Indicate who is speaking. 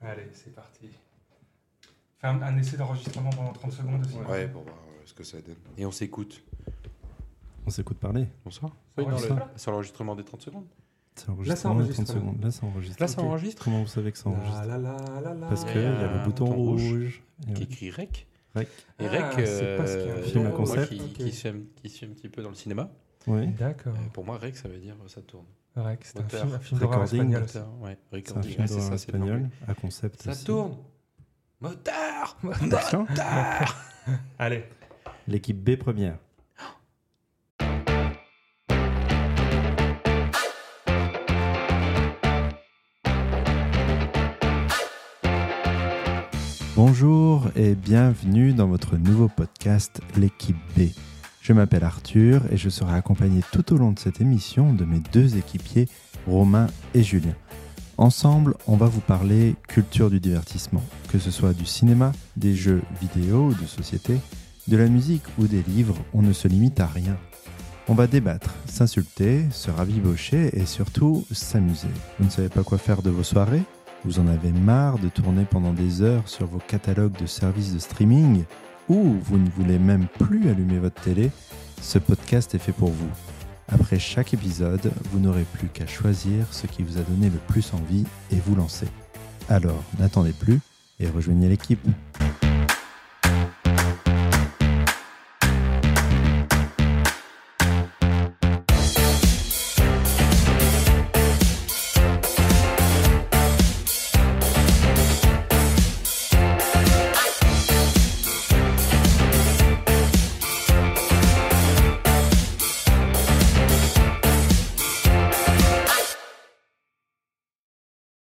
Speaker 1: Allez, c'est parti. Fais un, un essai d'enregistrement pendant 30 secondes aussi.
Speaker 2: Ouais, pour voir euh, ce que ça donne. Et on s'écoute.
Speaker 3: On s'écoute parler.
Speaker 2: Bonsoir.
Speaker 1: Oui, dans
Speaker 3: le-
Speaker 2: Sur l'enregistrement des 30 secondes. euh,
Speaker 3: C'est enregistrement de 30
Speaker 2: enregistre, là.
Speaker 3: secondes. Là, ça enregistre.
Speaker 2: Là, ça
Speaker 3: Ok.
Speaker 2: enregistre. Bah,
Speaker 3: Comment vous savez que ça enregistre
Speaker 2: La, la, la, la, la.
Speaker 3: Parce qu'il
Speaker 2: Il
Speaker 3: y a le bouton rouge. Et
Speaker 2: qui
Speaker 3: ouais.
Speaker 2: écrit Rec.
Speaker 3: Rec.
Speaker 2: Et
Speaker 1: Ah,
Speaker 2: Rec,
Speaker 1: c'est parce qu'il y a un
Speaker 2: euh,
Speaker 3: film à
Speaker 2: moi
Speaker 3: concept.
Speaker 2: qui,
Speaker 1: Ok.
Speaker 2: qui, suis un, qui suis un petit peu dans le cinéma.
Speaker 3: Ouais.
Speaker 1: D'accord.
Speaker 2: Euh, pour moi, Rec, ça veut dire euh, ça tourne.
Speaker 1: Rex, c'est un
Speaker 2: Moteur.
Speaker 1: film, un film d'horreur
Speaker 3: Recording,
Speaker 1: espagnol. aussi.
Speaker 2: Moteur, ouais. Rec,
Speaker 3: C'est
Speaker 2: on
Speaker 3: un
Speaker 2: dit,
Speaker 3: film
Speaker 2: ah, c'est
Speaker 3: d'horreur
Speaker 2: ça, c'est de l'anglais.
Speaker 3: espagnol à concept.
Speaker 2: Ça
Speaker 3: aussi.
Speaker 2: tourne. Moteur.
Speaker 3: Tiens,
Speaker 1: Allez.
Speaker 3: L'équipe B première. Bonjour et bienvenue dans votre nouveau podcast L'équipe B. Je m'appelle Arthur et je serai accompagné tout au long de cette émission de mes deux équipiers, Romain et Julien. Ensemble, on va vous parler culture du divertissement, que ce soit du cinéma, des jeux vidéo ou de société, de la musique ou des livres, on ne se limite à rien. On va débattre, s'insulter, se ravibocher et surtout s'amuser. Vous ne savez pas quoi faire de vos soirées Vous en avez marre de tourner pendant des heures sur vos catalogues de services de streaming Ou vous ne voulez même plus allumer votre télé Ce podcast est fait pour vous. Après chaque épisode, vous n'aurez plus qu'à choisir ce qui vous a donné le plus envie et vous lancer. Alors, n'attendez plus et rejoignez l'équipe.